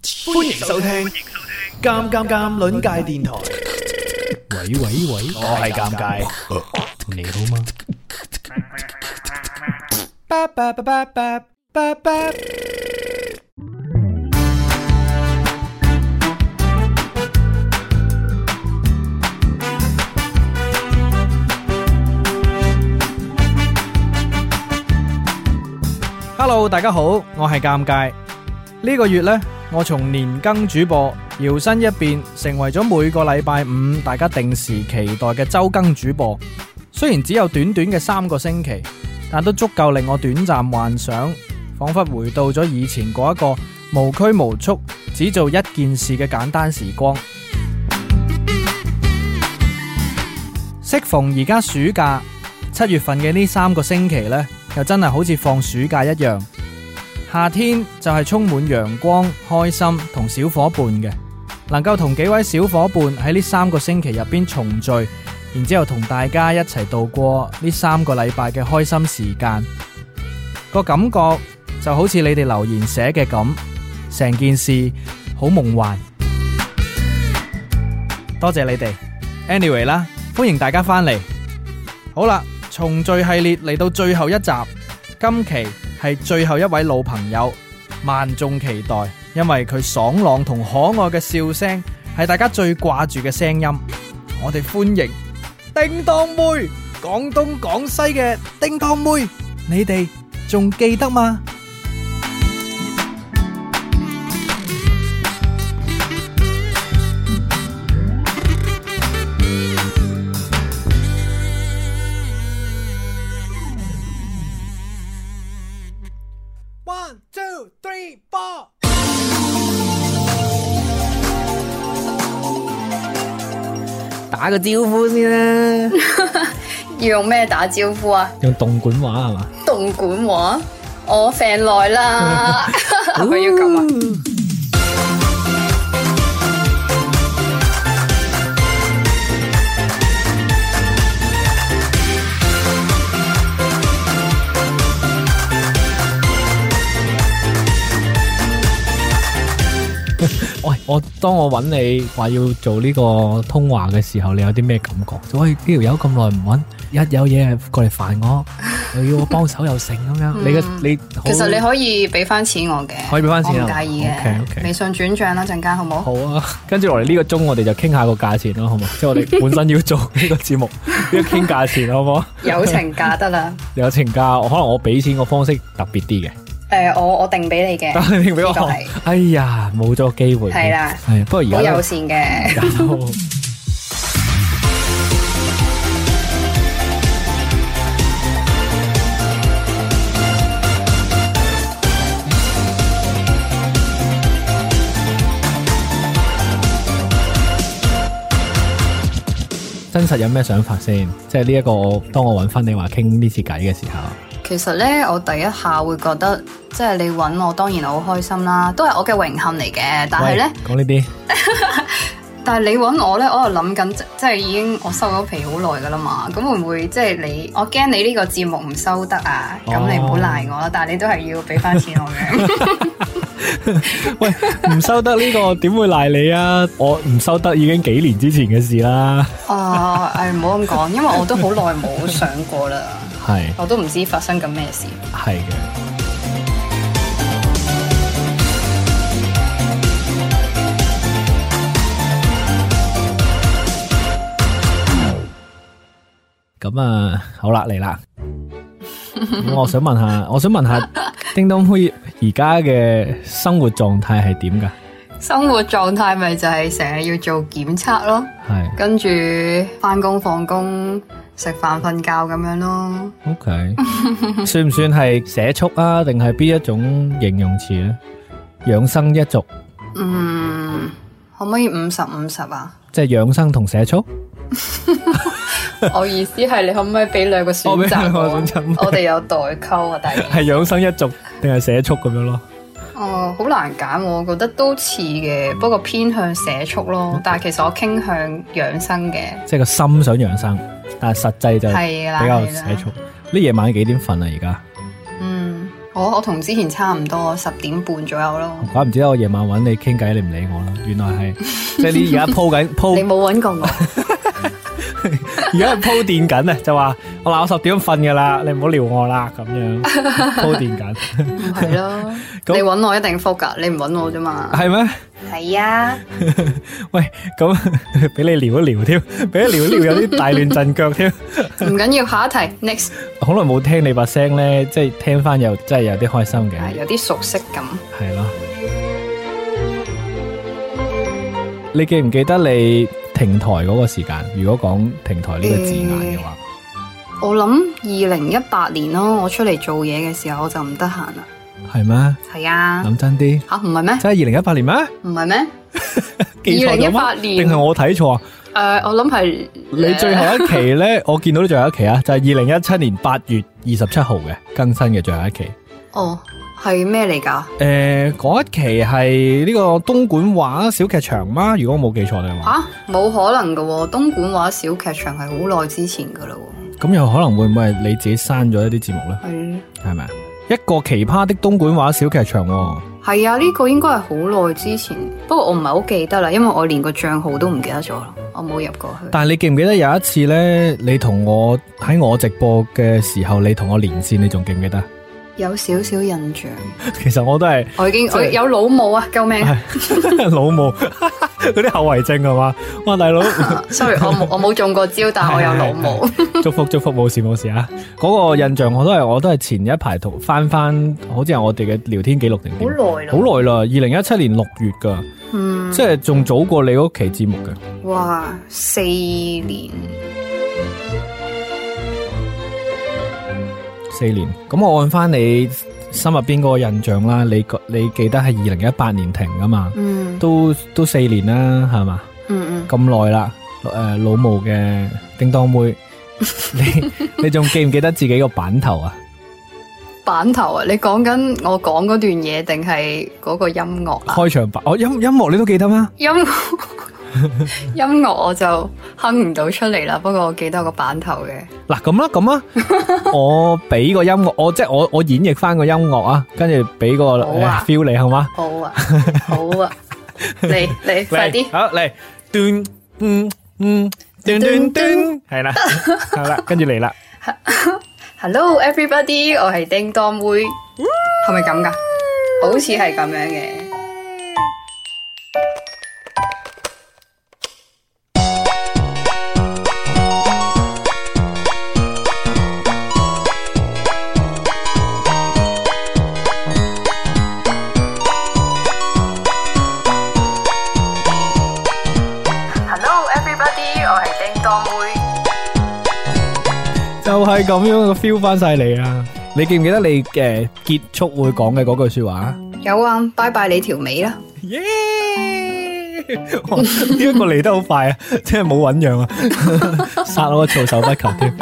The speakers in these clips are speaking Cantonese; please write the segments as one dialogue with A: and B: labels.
A: 歡迎收聽《尷尷尷》鄰界電台。
B: 喂喂喂，
A: 我係尷尬，
B: 你好嗎？
A: 巴巴巴巴巴巴巴。Hello，大家好，我係尷尬。呢個月呢，我從年更主播搖身一變，成為咗每個禮拜五大家定時期待嘅周更主播。雖然只有短短嘅三個星期，但都足夠令我短暫幻想，仿佛回到咗以前嗰一個無拘無束、只做一件事嘅簡單時光。適逢而家暑假，七月份嘅呢三個星期呢，又真係好似放暑假一樣。夏天就係充滿陽光、開心同小伙伴嘅，能夠同幾位小伙伴喺呢三個星期入邊重聚，然之後同大家一齊度過呢三個禮拜嘅開心時間，個感覺就好似你哋留言寫嘅咁，成件事好夢幻。多謝你哋，anyway 啦，歡迎大家翻嚟。好啦，重聚系列嚟到最後一集。今期係最後一位老朋友，萬眾期待，因為佢爽朗同可愛嘅笑聲係大家最掛住嘅聲音。我哋歡迎叮當妹，廣東廣西嘅叮當妹，你哋仲記得嗎？One, two, three, four。
C: 打個招呼先啦。
D: 要用咩打招呼啊？
B: 用動管話係嘛？
D: 動管話，我 friend 耐啦， 係咪要咁
B: 哦
D: 啊？
B: 喂，我當我揾你話要做呢個通話嘅時候，你有啲咩感覺？喂，呢條友咁耐唔揾，一有嘢過嚟煩 我，又要我幫手又成咁樣。你嘅你
D: 嗯其實你可以俾翻錢我嘅，
B: 可以俾返錢啊
D: 我唔介意
B: OK，OK
D: 嘅。微信轉賬啦，陣間好冇？
B: 好啊，跟住落嚟呢個鐘，我哋就傾下個價錢咯，好唔好？即係我哋本身要做呢個節 目，要傾價錢，好唔好？
D: 友情價 得啦，
B: 有情價，可能我俾錢個方式特別啲嘅，
D: 誒，我我定俾 你嘅，
B: 但係你俾我
D: 呢個係，
B: 哎呀，冇咗機會。
D: 係啦
B: 係不過而
D: 好
B: 家
D: 友
B: 都
D: 善嘅。
B: 有。真實有咩想法先？即係呢一個，當我揾翻你話傾呢次偈嘅時候，
D: 其實咧，我第一下會覺得，即係你揾我，當然我好開心啦，都係我嘅榮幸嚟嘅。但係咧
B: 喂，講呢啲，
D: 但係你揾我咧，我喺度諗緊，即即係已經我收咗皮好耐噶啦嘛，咁會唔會即係你？我驚你呢個節目唔收得啊，咁、
B: 哦
D: 你唔好賴我啦。但係你都係要俾翻錢我 嘅，
B: 喂，唔收得呢、個點會賴你啊？我唔收得已經幾年之前嘅事啦，
D: 啊，誒唔好咁講，因為我都好耐冇上過啦，
B: 係
D: 我都唔知發生緊咩事。
B: 係嘅。咁啊，好啦，嚟啦。咁我想問 下，我想問下，叮當妹而家嘅生活狀態係點噶？
D: 生活狀態咪就係成日要做檢測咯，
B: 係
D: 跟住翻工放工。食飯瞓覺咁樣咯，
B: ，OK，算 唔算係社畜啊？定係邊一種形容詞咧？養生一族，
D: 嗯，可唔可以五十五十啊？
B: 即係養生同社畜。
D: 我意思係你可唔可以俾兩個
B: 哦我俾
D: 選
B: 兩
D: 擇
B: 個
D: 我？
B: 選擇
D: 我哋有代溝啊，大佬。
B: 系养生一族定系社畜咁样咯？
D: 哦，好難揀喎，我覺得都似嘅，不過偏向社畜
B: 嗯
D: 咯。但係其實我傾向養生嘅，
B: 即系个心想养生，但系实际就比
D: 係啦
B: 较社畜。你夜晚几点瞓啊？而家
D: 嗯，我我同之前差唔多，十點半左右咯。
B: 怪唔知得我夜晚揾你傾偈，你唔理我啦。原來 係即係呢而家鋪緊
E: 你
B: 鋪，
E: 冇揾過 我，
B: 而家係鋪墊緊啊！就話我嗱我十點瞓噶啦，你唔好撩我啦咁樣鋪墊緊，
D: 唔係咯，
B: 咁
D: 你揾我一定覆噶，你唔揾我啫嘛。
B: 係咩？
D: 係啊，
B: 喂，咁 俾你撩一撩添， 俾你撩一撩有啲大亂陣腳添。
D: 唔緊要，下一題 next
B: 好耐冇聽你把聲咧，即係聽翻又真係有啲開心嘅，
D: 係有啲熟悉咁。
B: 係咯。你記唔記得你停台嗰個時間？如果講停台呢個字眼嘅話，
D: 我諗二零一八年咯，我出嚟做嘢嘅時候我就唔得閒啦。
B: 係咩？
D: 係啊，
B: 諗真啲，
D: 吓唔係咩？
B: 真係二零一八年咩？
D: 唔 係咩？
B: 記錯咗咩
D: 2018年
B: 定係我睇錯啊？
D: 诶、我諗係
B: 你最後一期咧，我見到你最後一期啊，就係二零一七年八月二十七號嘅更新嘅最後一期。
D: 哦係咩嚟㗎？
B: 诶，嗰一期係呢個東莞話小劇場嗎？如果我冇記錯你
D: 吓、
B: 話，
D: 冇可能㗎喎，東莞話小劇場係好耐之前㗎啦喎。
B: 咁有可能會唔會係你自己刪咗一啲節目咧？
D: 係
B: 係咪啊？一個奇葩的東莞話小劇場喎，
D: 係啊，呢、個應該係好耐之前，不過我唔係好記得啦，因為我連個帳號都唔記得咗啦，我冇入過去。
B: 但係你記唔記得有一次咧，你同我喺我直播嘅時候，你同我連線，你仲記唔記得？
D: 有少少印象，
B: 其實我都係。
D: 我已經我
B: 即係
D: 有老母啊，救命
B: 老母嗰啲後遺症係嘛？哇，大佬，
D: ！sorry，我冇我冇中過招，但我有老母。
B: 祝福 祝福，冇事冇事啊！嗰、個印象我都係我都係前一排同翻翻，好似係我哋嘅聊天記錄定點，
D: 好耐啦
B: 好耐啦，二零一七年六月㗎，
D: 嗯，
B: 即係仲早過你嗰期節目嘅。
D: 哇，四年
B: 四年。咁我按翻你心入邊嗰個印象啦，你個你記得係二零一八年停噶嘛？
D: 嗯
B: 都都四年啦，係嘛？
D: 嗯嗯，
B: 咁耐啦，誒、老毛嘅叮當 妹，你你仲記唔記得自己個版頭啊？
D: 版頭啊！你講緊我講嗰段嘢定係嗰個音樂啊？
B: 開場白，哦音音樂你都記得咩？
D: 音樂音樂我就哼唔到出嚟啦，不過我記得有個版頭嘅。
B: 嗱咁啦咁啦， 我俾個音樂，我即係我我演繹翻個音樂啊，跟住俾個
D: 好啊
B: 誒 feel 你好嗎？
D: 好啊，好啊，嚟嚟快
B: 嚟，
D: 啲
B: 好嚟，端嗯嗯端端端，係啦 係啦，跟住嚟啦。
D: ！Hello everybody，我係叮當妹，係咪咁噶？好似係咁樣嘅。Hello everybody，我係叮當妹。
B: 就係咁樣個 feel 翻晒嚟啊！你記唔記得你嘅、呃、結束會講嘅嗰句说話？
D: 有啊，拜拜你條尾啦！
B: 耶！哇呢一個嚟得好快啊， 即係冇酝酿啊， 殺我措手不及添，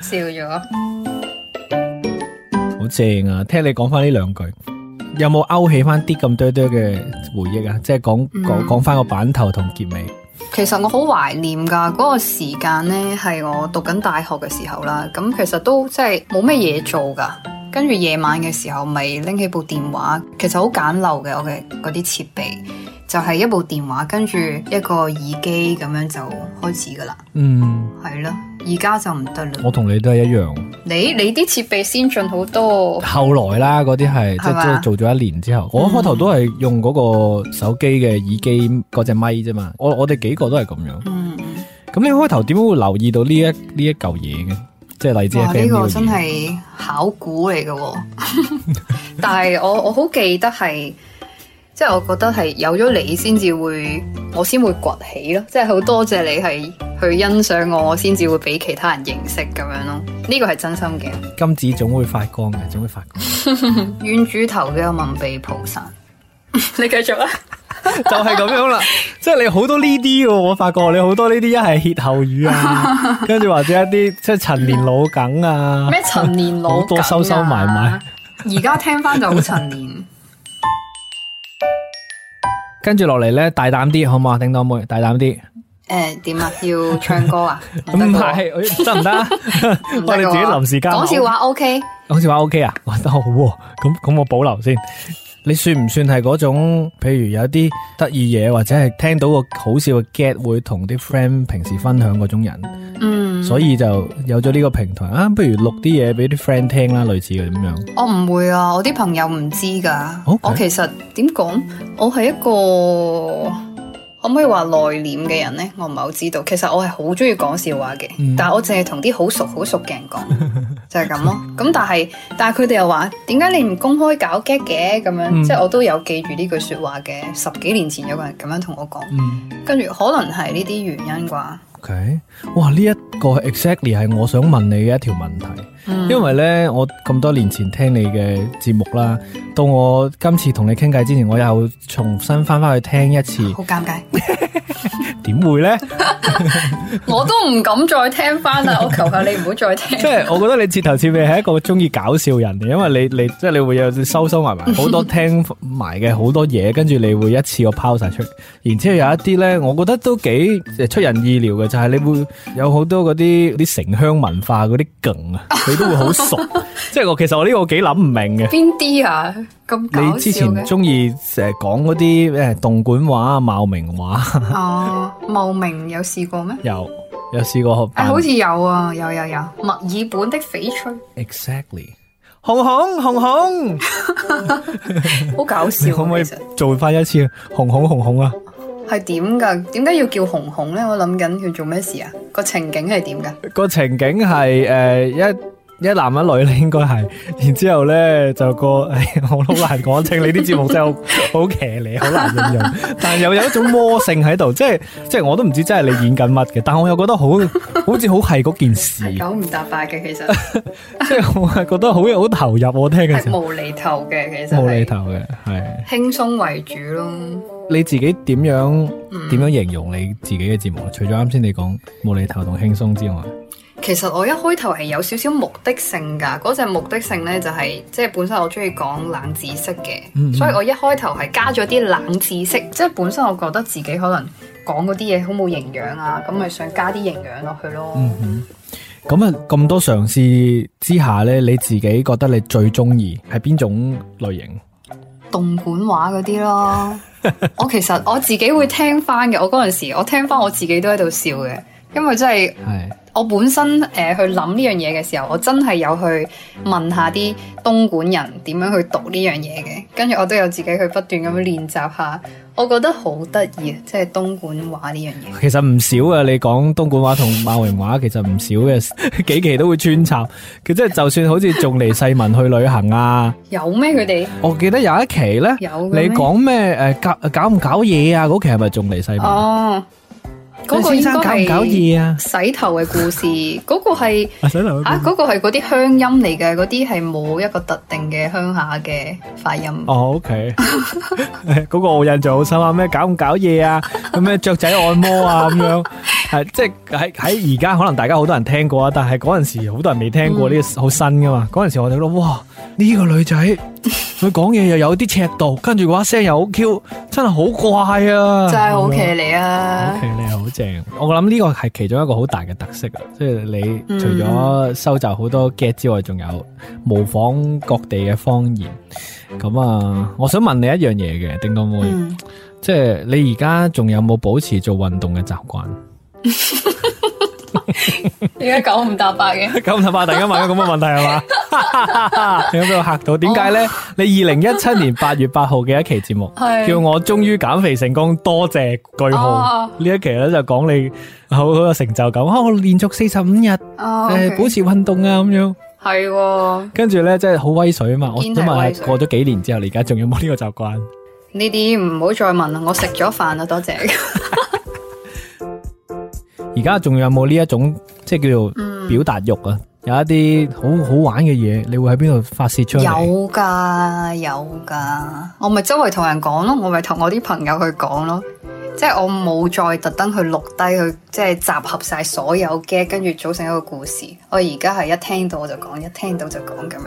D: 笑咗。
B: 好正啊！聽你講翻呢兩句，有冇勾起翻啲咁多多嘅回憶啊？即係講
D: 嗯
B: 講講翻個版頭同結尾，
D: 其實我好懷念㗎，嗰、個時間呢係我讀緊大學嘅時候啦，咁其實都即係冇咩嘢做㗎。跟住夜晚嘅時候，咪拎起部電話，其實好簡陋嘅我嘅嗰啲設備，就係、一部電話跟住一個耳機咁樣就開始㗎啦，
B: 嗯，
D: 係咯。而家就唔得啦，
B: 我同你都係一樣。
D: 你你啲設備先進好多，
B: 後來啦，嗰啲係即
D: 係
B: 係
D: 嘛嗯
B: 即係做咗一年之後，我開頭都係用嗰個手機嘅耳機嗰隻咪啫嘛。我我哋幾個都係咁樣。
D: 嗯，
B: 咁你開頭點會留意到呢一呢一嚿嘢嘅？即係荔枝
D: 哇！呢
B: FM
D: 個
B: 個
D: 真係考古嚟嘅喎， 但係我我好記得係，即係我覺得係有咗你先至會，我先會崛起咯。即係好多謝你係去欣賞我，我先至會俾其他人認識咁樣咯。呢個係真心嘅。
B: 金子總會發光嘅，總會發光。
D: 冤主頭嘅文被菩薩， 你繼續啊！
B: 就係咁樣啦，即係你好多呢啲嘅喎，我發覺你好多呢啲一係歇後語 啊，跟住或者一啲即係陳年老梗啊。
D: 咩陳年老、啊
B: 好多收收埋埋，
D: 而家聽翻就好陳 年。
B: 跟住落嚟咧，大膽啲好唔好啊？叮當妹，大膽啲。
D: 誒點啊？要唱歌啊？
B: 唔係，哎得唔得啊
D: 唔得嘅喎，
B: 我哋自己臨時加。
D: 講笑話 OK。
B: 好似話 OK 啊，哇得好喎、咁咁我保留先。你算唔算係嗰種？譬如有啲得意嘢，或者係聽到個好笑嘅 get，會同啲 friend 平時分享嗰種人，
D: 嗯，
B: 所以就有咗呢個平台啊。不如錄啲嘢俾啲 friend 聽啦，類似嘅咁樣。
D: 我唔會啊，我啲朋友唔知噶。
B: OK
D: 我其實點講，我係一個可唔可以話內斂嘅人呢？我唔係好知道。其實我係好中意講笑話嘅，
B: 嗯
D: 但係我淨係同啲好熟好熟嘅人 講，就係咁咯。咁但係但係佢哋又話點解你唔公開搞 gag 嘅咁
B: 嗯
D: 樣？即係我都有記住呢句説話嘅。十幾年前有個人咁樣同我講，
B: 嗯
D: 跟住可能係呢啲原因啩。
B: ，OK，哇！呢、一個 exactly 係我想問你嘅一條問題，
D: 嗯
B: 因為呢，我咁多年前聽你嘅節目啦，到我今次同你傾偈之前，我又重新翻翻去聽一次，
D: 好尷尬，
B: 點會呢？
D: 我都唔敢再聽翻啦。我求下你唔好再聽
B: 即。係我覺得你徹頭徹尾係一個中意搞笑人嚟，因為你你即係你會有收收埋埋好多聽埋嘅好多嘢，跟住你會一次過拋晒出嚟。然之後有一啲咧，我覺得都幾出人意料嘅，就係、你會有好多嗰啲啲城鄉文化嗰啲梗 啊，你都會好熟。即係我其實我呢個我幾諗唔明嘅。
D: 邊啲啊？咁搞
B: 你之
D: 笑
B: 前
D: 嘅
B: 中意成日講嗰啲誒動館話啊、茂名 話，
D: 哦，茂名有試過咩？
B: 有有試過學
D: 啊，
B: 扮
D: 好似有啊，有有有，墨爾本的翡 翠，
B: exactly 紅紅紅紅。
D: 好搞
B: 你
D: 笑
B: 可唔可
D: 啊。
B: 以
D: 其實
B: 做翻一次紅紅紅紅啊？
D: 係點噶？點解要叫紅紅咧？我諗緊佢做咩事啊？個情景係點噶？
B: 個情景係誒、呃一一男一女咧，應該係，然之後咧就個誒好好難講清，你啲節目真 係好 好騎呢，好難形容，但係又有一種魔性喺度，即係即係我都唔知真係你演緊乜嘅，但我又覺得好好似好係嗰件事，
D: 係九唔搭八嘅，其實
B: 即係我係覺得好好投入我聽嘅時
D: 係
B: 候，
D: 無厘頭嘅，其實
B: 冇厘
D: 係
B: 頭嘅係。
D: 輕鬆為主咯。
B: 你自己點樣點樣形容你自己嘅節目？除咗啱先你講無厘頭同輕鬆之外，
D: 其實我一開頭係有少少目的性㗎，嗰隻目的性呢，就係、即係本身我中意講冷知識嘅，
B: 嗯嗯
D: 所以我一開頭係加咗啲冷知識，即係本身我覺得自己可能講嗰啲嘢好冇營養啊，咁咪想加啲營養落去咯。
B: 嗯哼，咁啊咁多嘗試之下咧，你自己覺得你最中意係邊種類型？
D: 動管話嗰啲咯。 我其實我自己會聽翻嘅，我嗰陣時我聽翻我自己都喺度笑嘅，因為真係
B: 係
D: 我本身誒、呃去諗呢樣嘢嘅時候，我真係有去問下啲東莞人點樣去讀呢樣嘢嘅，跟住我都有自己去不斷咁樣練習下，我覺得好得意啊！即係東莞話呢樣嘢。
B: 其實唔少啊！你講東莞話同茂名話，其實唔少嘅幾期都會穿插。佢即係就算好似仲嚟世民 去旅行啊，
D: 有咩佢哋
B: 我記得有一期咧，
D: 有嘅咩
B: 你講咩誒搞搞唔搞嘢啊？嗰期係咪仲嚟世民？
D: 哦，嗰、個
B: 先
D: 應該
B: 生搞唔搞
D: 係
B: 嘢啊？
D: 洗頭嘅故 事，嗰個係。
B: 啊想留一個
D: 啊！嗰、個係嗰啲鄉音嚟嘅，嗰啲係冇一個特定嘅鄉下嘅發音。
B: 哦，OK，嗰個我印象好深啊，咩搞唔搞嘢啊，咁咩雀仔按摩啊咁 樣，係即係喺喺而家可能大家好多人聽過啊，但係嗰陣時好多人未聽
D: 嗯
B: 過呢個好新噶嘛，嗰陣時我哋覺得哇呢個 女仔佢講嘢又有啲尺度，跟住把聲又好 Q，真係好怪啊，
D: 真係好騎
B: 咁樣
D: 呢啊
B: OK，！你好正，我諗呢個係其中一個好大嘅特色啊！即係你除咗收集好多 get 之外，仲有模仿各地嘅方言。咁啊，我想問你一樣嘢嘅，叮當妹，
D: 嗯，
B: 即係你而家仲有冇保持做運動嘅習慣？
D: 而家九唔搭八嘅。
B: 咁就怕突然間問咗咁嘅問題係嘛？ 你有俾我嚇到？點解呢？你二零一七年八月八號嘅一期節目，
D: 係
B: 叫我終於減肥成功，多謝句號。
D: 哦
B: 呢一期咧就講你好好有成就感，啊！我連續四十五日
D: 啊，
B: 誒保持運動啊咁樣，
D: 係喎，
B: 跟住咧真係好威水啊嘛！我
D: 堅
B: 想
D: 係
B: 問
D: 威
B: 下，
D: 水
B: 過咗幾年之後，你而家仲有冇呢個習慣？
D: 呢啲唔好再問啦，我食咗飯啦，多謝。
B: 而家仲有冇呢一種即係叫做表達欲啊？有一啲好好玩嘅嘢，你會喺邊度發泄出嚟？
D: 有噶有噶，我咪周圍同人講咯，我咪同我啲朋友去講咯，即係我冇再特登去錄低去，即係集合晒所有嘅，跟住組成一個故事。我而家係一聽到我就講，一聽到就講咁樣。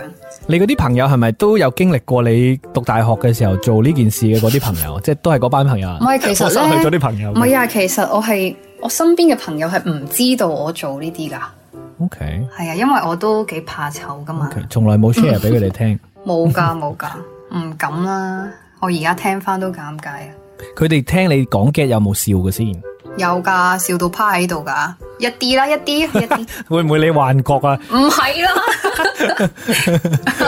B: 你嗰啲朋友係咪都有經歷過你讀大學嘅時候做呢件事嘅嗰啲朋 友？即係都係嗰班朋友啊？
D: 唔係其 實
B: 我失去咗
D: 呢
B: 啲朋友
D: 唔。係啊，其實我係我身邊嘅朋友係唔知道我做呢啲噶，
B: ，OK
D: 係啊，因為我都幾怕醜噶嘛，
B: OK，從來冇
D: 嗯
B: share 俾佢哋聽，
D: 冇㗎冇㗎，唔敢啦。我而家聽翻都尷尬啊！
B: 佢哋聽你講 get 有冇笑嘅 先？
D: 有㗎，笑到趴喺度㗎，一啲啦，一啲一 啲，
B: 會唔會你幻覺啊？
D: 唔係啦，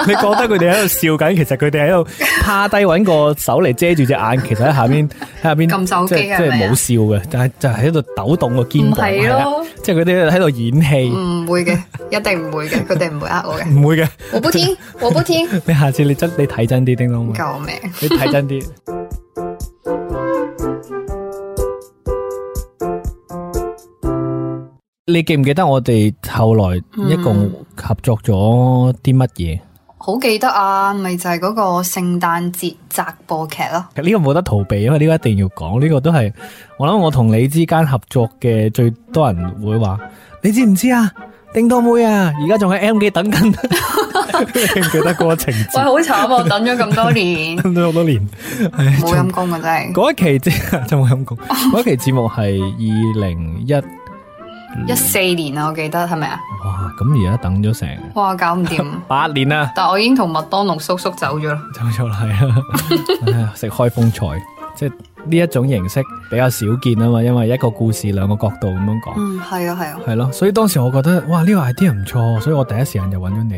B: 你覺得佢哋喺度笑緊，其實佢哋喺度趴低揾個手嚟遮住隻眼，其實喺下 邊喺下邊
D: 撳手機
B: 即係
D: 係
B: 即係
D: 咪
B: 冇
D: 啊
B: 笑嘅，但係就係喺度抖動個肩
D: 唔
B: 膀，
D: 係啊
B: 係啦
D: 咯，
B: 即係佢哋喺度演戲，
D: 唔會嘅，一定唔會嘅，佢哋唔會呃我 嘅。
B: 唔會嘅。
D: 我不聽，我不聽，
B: 你下次你真你睇真啲，叮當妹，
D: 救命！
B: 你睇真啲。你記唔記得我哋後來一共合作咗啲乜嘢？
D: 好記得啊，咪就係嗰個聖誕節摘播劇咯。
B: 呢個冇得逃避，因為呢個一定要講。呢、個都係我諗我同你之間合作嘅最多人會話，你知唔知啊？叮當妹啊，而家仲喺 M 記等緊， 記唔記得嗰個情
D: 喂，
B: 節？
D: 好慘啊！等咗咁多年，
B: 都好多年，唉
D: 冇陰功啊，真係
B: 嗰一期節真冇咁講，嗰一期節目係二零一，
D: 一四年啊，我記得係咪啊？
B: 哇！咁而家等咗成
D: 哇，搞唔掂！
B: 八年啦，
D: 但我已經同麥當勞叔叔走咗啦。
B: 走咗嚟 啦，唉食開封菜，即係呢一種形式比較少見啊嘛，因為一個故事兩個角度咁樣講。
D: 嗯，係啊，係啊。
B: 係咯，所以當時我覺得哇呢、個 idea 唔錯，所以我第一時間就揾咗你。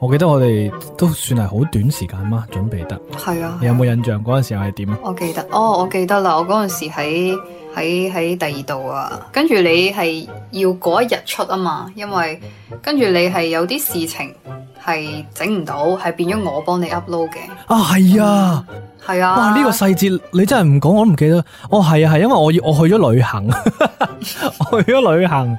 B: 我記得我哋都算係好短時間嘛，準備得。
D: 係啊，
B: 你有冇印象嗰陣時候係點啊？
D: 我記得，哦，我記得啦，我嗰陣時喺喺喺第二度啊，跟住你係要嗰一日出啊嘛，因為跟住你係有啲事情係整唔到，係變咗我幫你 upload 嘅，
B: 啊係啊，
D: 係啊，
B: 哇呢、個細節你真係唔講我都唔記得。哦係啊係，因為我要我去咗旅行， 我去咗旅行，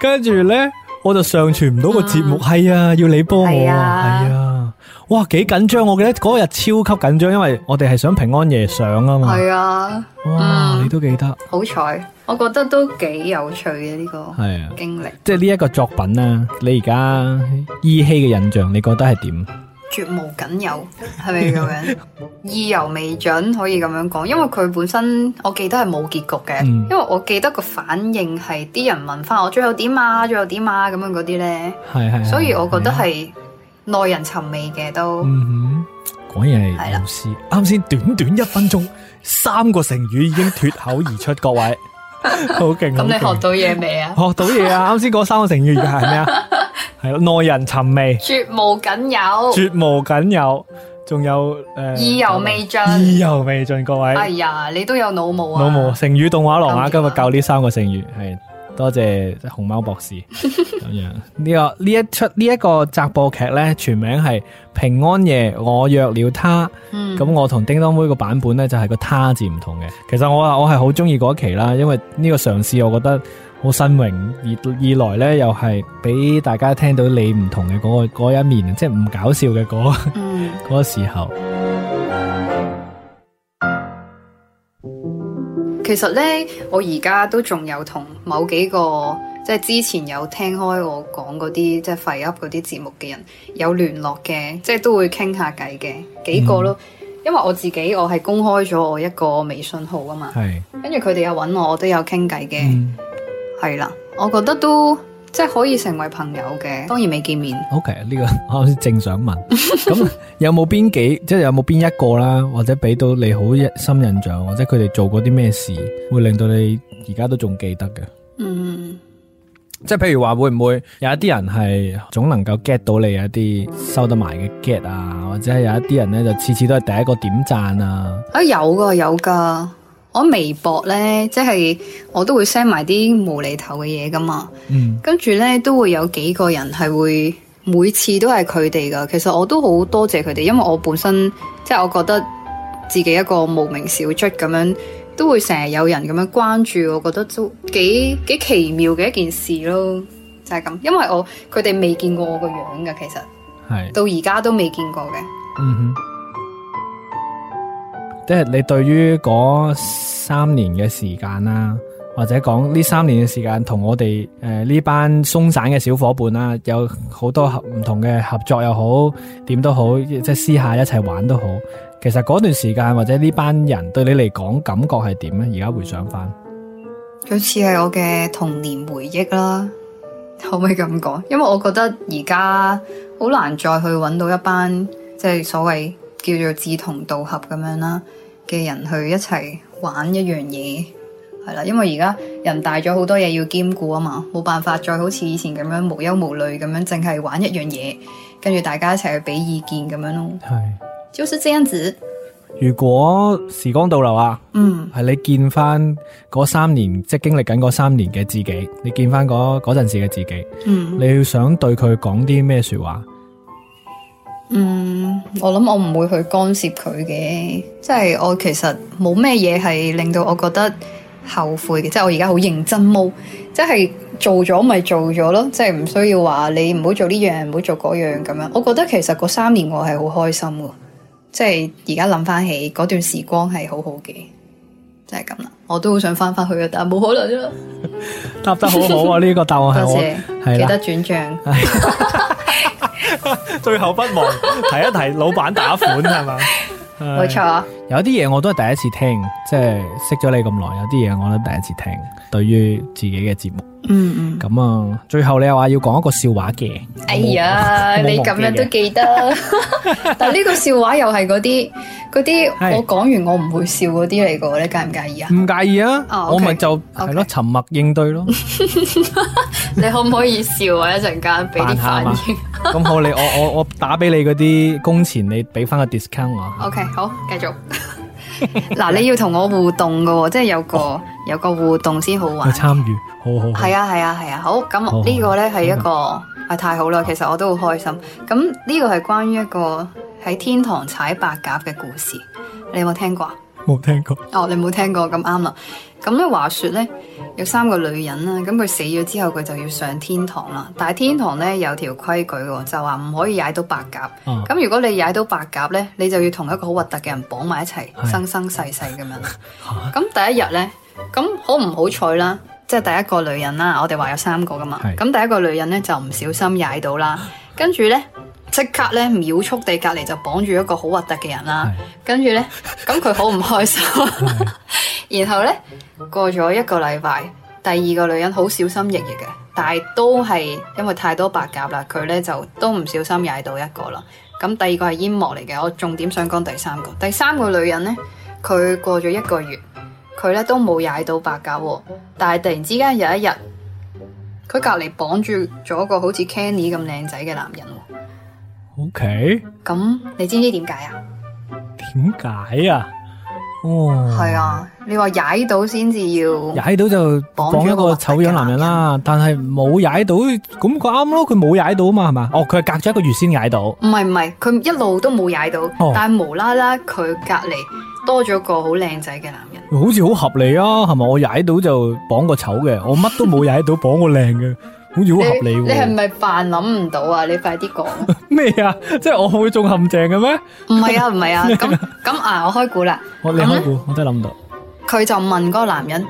B: 跟住呢，我就上傳唔到個節目。係、啊，要你幫我啊，係
D: 嗯係
B: 啊
D: 啊。
B: 哇，幾緊張！我記得嗰日超級緊張，因為我哋係想平安夜上啊嘛。
D: 係啊，
B: 哇，
D: 嗯
B: 你都記得，
D: 好彩，我覺得都幾有趣嘅呢個
B: 係啊。
D: 經歷，
B: 即係呢一個作品啊，你而家依稀嘅印象，你覺得係點？啊
D: 絕無僅有，係咪咁 樣？意猶未盡可以咁樣講，因為佢本身我記得係冇結局嘅，
B: 嗯
D: 因為我記得個反應係啲人問翻我最後點啊，最後點啊咁樣嗰啲呢。
B: 係係，
D: 所以我覺
B: 係
D: 得
B: 啊，
D: 係耐人尋味嘅都。
B: 嗯哼，果然係
D: 係啦
B: 老師。啱先短短一分鐘，三個成語已經脱口而出，各 位好勁！
D: 咁你
B: 好
D: 學
B: 勁
D: 到嘢 未啊？
B: 學到嘢 啊！啱先嗰三個成語係咩啊？係咯耐人尋 味，
D: 絕無僅有，
B: 絕無僅有，仲 有誒
D: 意猶未盡。
B: 意猶未盡，各位。
D: 哎呀，你都有腦霧啊！
B: 老母成語動畫廊啊，
D: 夠
B: 今
D: 唔
B: 日
D: 夠啊
B: 教呢三個成語，係多謝熊貓博 士咁樣。呢、個呢一出呢一個集播劇呢，全名係《平安夜我約了他》。
D: 嗯
B: 咁我同叮當妹個版本呢，就係、個他字唔同嘅。其實我啊我係好中意嗰一期啦，因為呢個嘗試我覺得好新穎，二二來呢，又係俾大家聽到你唔同嘅嗰、個嗰一面，即係唔搞笑嘅嗰、
D: 嗯，
B: 嗰個時候。
D: 其實呢，我而家都仲有同某幾個即係之前有聽開我講嗰啲即係廢噏嗰啲節目嘅人有聯絡嘅，即係都會傾下偈嘅幾個咯。因為我自己我係公開咗我一個微信號啊嘛，
B: 係，
D: 跟住佢哋又揾我，我都有傾偈嘅。
B: 嗯
D: 係啦，我覺得都即係可以成為朋友嘅，當然未見面。
A: 哦
B: OK，呢、個 我啱先正想問，咁有冇邊幾， 即係有冇邊一個啦，或者俾到你好一深印象，或者佢哋做過啲咩事，會令到你而家都仲記得嘅？
D: 嗯，
B: 即係譬如話，會唔會有一啲人係總能夠 get 到你有一啲收得埋嘅 get 啊，或者係有一啲人呢，就次次都係第一個點讚啊？
D: 啊有噶有噶，我微博呢，即係我都會 send 埋啲無厘頭嘅嘢噶嘛，
B: 嗯，
D: 跟住呢，都會有幾個人係會每次都係佢哋噶。其實我都好多謝佢哋，因為我本身即係我覺得自己一個無名小卒咁樣。都會成日有人咁樣關注，我覺得都幾幾奇妙嘅一件事咯，就係、咁。因為我佢哋未見過我個樣噶，其實。
B: 係，
D: 到而家都未見過嘅。
B: 嗯哼，即係你對於嗰三年嘅時間啦，或者講呢三年嘅時間同我哋誒呢班鬆散嘅小伙伴啦，有好多合唔同嘅合作又好，點都好，即係私下一齊玩都好。其實嗰段時間或者呢班人對你嚟講感覺係點呢？而家回想翻，
D: 好似係我嘅童年回憶啦， 可唔可以咁講？因為我覺得而家好難再去揾到一班即係所謂叫做志同道合咁樣啦嘅人去一齊玩一樣嘢，係啦。因為而家人大咗好多嘢要兼顧啊嘛，冇辦法再好似以前咁樣無憂無慮咁樣，淨係玩一樣嘢，跟住大家一齊去俾意見咁樣咯。
B: 系，
D: 就是這樣子，
B: 如果時光倒流啊，
D: 嗯
B: 係你見翻嗰三年，即系经历紧嗰三年嘅自己，你見翻嗰嗰阵时嘅自己，
D: 嗯
B: 你要想對佢講啲咩说話？
D: 嗯，我諗我唔會去干涉佢嘅，即係我其實冇咩嘢係令到我覺得後悔嘅，即係我而家好認真冇，即係做咗咪做咗咯，即係唔需要話你唔好做呢樣，唔好做嗰樣咁樣。我覺得其實嗰三年我係好開心嘅，即係而家諗翻起嗰段時光係好好嘅，就係咁啦。我都好想翻翻去嘅，但係冇可能啦。
B: 答得好好啊！呢個答案係
D: 多
B: 我
D: 謝
B: 係
D: 記
B: 啦
D: 得，轉 賬。
B: 最後不忘提一提老闆打款係嘛？
D: 冇錯啊，
B: 有啲嘢我都係第一次聽，即係識咗你咁耐，有啲嘢我都第一次聽。對於自己嘅節目，
D: 嗯嗯。
B: 咁啊，最後你又話要講一個笑話嘅，
D: 哎呀，
B: 我冇
D: 你咁樣都記得， 但呢個笑話又係嗰啲嗰
B: 係
D: 啲我講完我唔會笑嗰啲嚟噶，你介唔介意啊？
B: 唔介意啊，
D: 哦
B: 我
D: OK，
B: 咪就係咯，沉默應對 咯。
D: 你可唔可以笑啊？一陣間俾啲
B: 扮下
D: 反
B: 嘛
D: 應。
B: 咁好，你我我我打俾你嗰啲工錢，你俾翻個 discount 我。
D: OK，好，繼 續。嗱，你要同我互動噶喎，即係有個有個互動先好
B: 我
D: 玩。
B: 哦參與，好好好。
D: 係啊係啊係啊，好
B: 好
D: 咁呢個呢係一個啊太好啦，其實我都好開心。咁呢個係關於一個喺天堂踩白鴿嘅故事，你有冇聽過啊？
B: 冇聽過，
D: 哦，你冇聽過咁啱啦。咁咧話說咧，有三個女人啦，咁佢死咗之後，佢就要上天堂啦。但係天堂咧有條規矩喎，就話唔可以踩到白鴿。
B: 啊
D: 咁如果你踩到白鴿咧，你就要同一個好核突嘅人綁埋一齊，
B: 係
D: 生生世世 咁樣啦。咁第一日咧，咁好唔好彩啦？即係第一個女人啦，我哋話有三個噶嘛。
B: 係
D: 咁第一個女人咧就唔小心踩到啦，跟住咧即刻咧秒速地隔離就綁住一個好核突嘅人啦。
B: 係
D: 跟住呢，咁佢好唔開心。然後呢，過咗一個禮拜，第二個女人好小心翼翼嘅，但係都係因為太多白鴿啦，佢呢就都唔小心踩到一個啦。咁第二個係煙幕嚟嘅，我重點想講第三個。第三個女人呢，佢過咗一個月，佢呢都冇踩到白鴿喎，但係突然之間有一日，佢隔離綁住咗個好似 Kenny 咁靚仔嘅男人喎。
B: ，OK，
D: 咁你知唔知點解啊？
B: 點解啊？哦，
D: 係，啊，你話踩到先至要，
B: 踩到就綁一
D: 綁咗個
B: 個醜樣男人啦，但係冇踩到，咁佢啱咯，佢冇踩到嘛，係嘛？哦，佢係隔咗一個月先踩到，
D: 唔係唔係，佢一路都冇踩到，
B: 哦
D: 但係無啦啦佢隔離多咗個好靚仔嘅男人。
B: 好似好合理啊，係咪？我踩到就綁個醜嘅，我乜都冇踩到，綁個靚嘅，好似好合理
D: 你係
B: 喎。
D: 咪扮諗唔到啊？你快啲 講。
B: 咩啊？即係我會中陷阱嘅咩？
D: 唔係啊，唔係啊，咁 咁啊，我開估啦。
B: 我你開估，我真係諗唔到
D: 佢就問嗰個男人：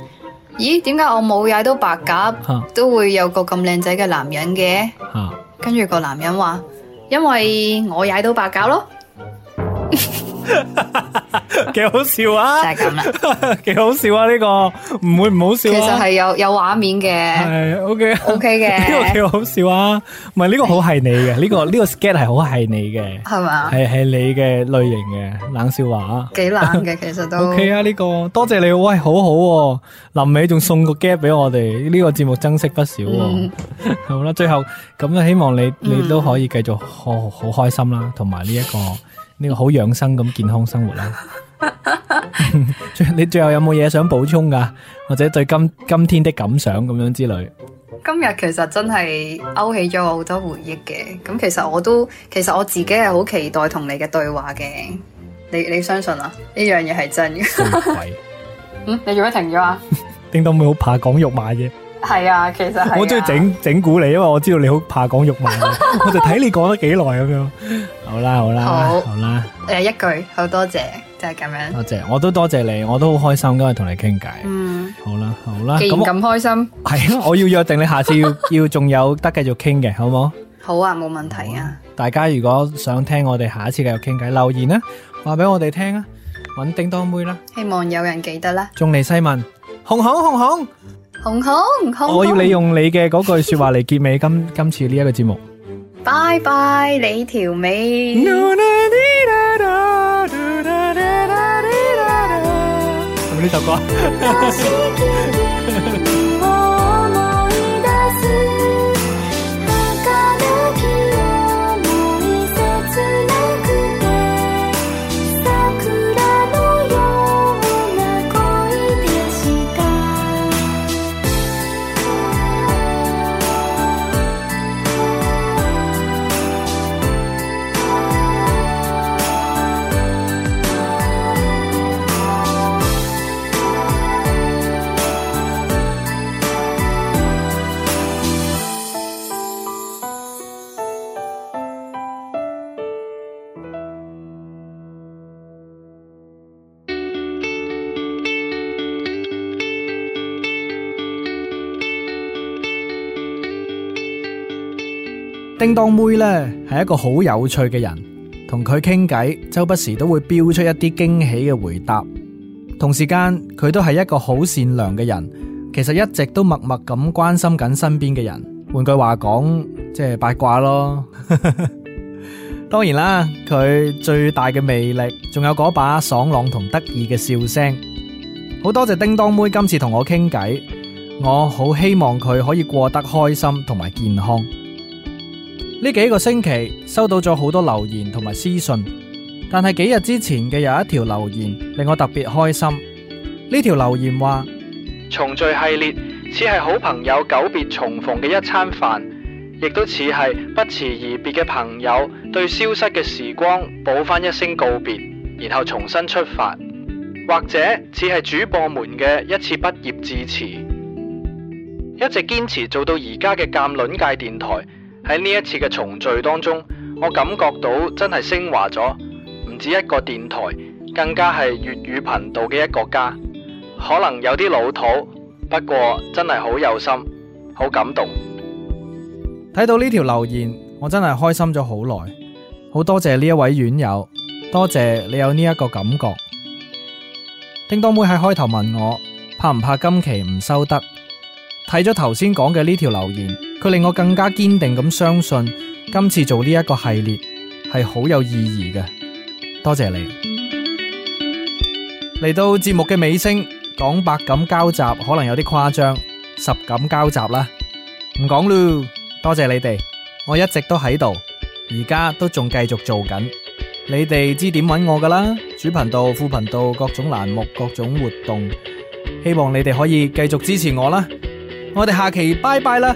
D: 咦，點解我冇踩到白鴿，
B: 嚇
D: 都會有個咁靚仔嘅男人嘅？
B: 嚇。
D: 跟住個男人話：因為我踩到白鴿咯，
B: 几好笑
D: 就
B: 啊！
D: 係咁啦。
B: 几好笑啊！呢、個个唔会唔好笑
D: 其實
B: 啊！
D: 係有有畫面嘅
B: 系 OK，呢
D: ，OK
B: 个
D: 嘅，
B: 几好笑啊！唔系呢个好系你嘅， 呢、個个呢、個个 sketch 系好系你嘅，
D: 係咪啊？
B: 系系你嘅类型嘅冷笑话。
D: 幾冷嘅，其實都
B: OK 啊！呢、個个多谢你，喂，好好、喎！臨尾仲送個 gap 俾我哋，呢、個節目珍惜不少、喎。
D: 嗯
B: 好啦，最後咁啊，希望你你都可以繼續好好開心啦，同埋呢一個呢、個好養生咁健康生活啦。 最你最後有冇嘢想補充噶？或者對今今天的感想咁樣之類？
D: 今日其實真係勾起咗我好多回憶嘅。咁其實我都，其實我自己係好期待同你嘅對話嘅。你你相信啊？呢樣嘢係真嘅。
B: 衰鬼，
D: 嗯，你做咩停咗啊？
B: 叮當妹好怕講肉麻嘢，
D: 係啊，其實係啊
B: 我中意整整蠱你，因為我知道你好怕講肉麻嘢，我就睇你講得幾耐咁樣。好啦，好啦，
D: 好
B: 好啦。
D: 誒、一句好多謝，就係、咁樣。
B: 多謝，我都多謝你，我都好開心今日同你傾偈。
D: 嗯，
B: 好啦，好啦，
D: 既然
B: 啊咁
D: 咁開心，
B: 我係啊，我要約定你下次要要仲有得繼續傾嘅，好冇？
D: 好啊，冇問題啊。
B: 大家如果想聽我哋下一次繼續傾偈，留言啦，話俾我哋聽啊，揾叮當妹啦，
D: 希望有人記得啦。
B: 仲嚟西文，紅紅紅紅，
D: 紅紅紅
B: 我要你
D: 紅
B: 用你嘅嗰句说話嚟結尾今今次呢一個節目。
D: 拜拜你條尾。
B: 係咪呢首歌？
A: 叮當妹呢係一個好有趣嘅人，同佢傾偈，周不時都會標出一啲驚喜嘅回答。同時間，佢都係一個好善良嘅人，其實一直都默默咁關心緊身邊嘅人。換句話講，即係八卦咯。當然啦，佢最大嘅魅力，仲有嗰把爽朗同得意嘅笑聲。好多謝叮當妹今次同我傾偈，我好希望佢可以過得開心同埋健康。呢幾個星期收到咗好多留言同埋私信，但係幾日之前嘅有一條留言令我特別開心。呢條留言話：重聚系列似係好朋友久別重逢嘅一餐飯，亦都似係不辭而別嘅朋友對消失嘅時光補翻一聲告別，然後重新出發，或者似係主播們嘅一次畢業致辭。一直堅持做到而家嘅鑑論界電台。喺呢一次嘅重聚當中，我感覺到真係升華咗，唔止一個電台，更加係粵語頻道嘅一個家。可能有啲老土，不過真係好有心，好感動。睇到呢條留言，我真係開心咗好耐，好多謝呢一位院友，多謝你有呢一個感覺。叮當妹喺開頭問我怕唔怕今期唔收得，睇咗頭先講嘅呢條留言，佢令我更加堅定咁相信今次做呢一個系列係好有意義嘅。多謝你。嚟到節目嘅尾聲，講百感交集可能有啲誇張，十感交集啦，唔講咯。多謝你哋，我一直都喺度，而家都仲繼續做緊。你哋知點揾我噶啦，主頻道、副頻道各種欄目、各種活動，希望你哋可以繼續支持我啦。我哋下期拜拜啦，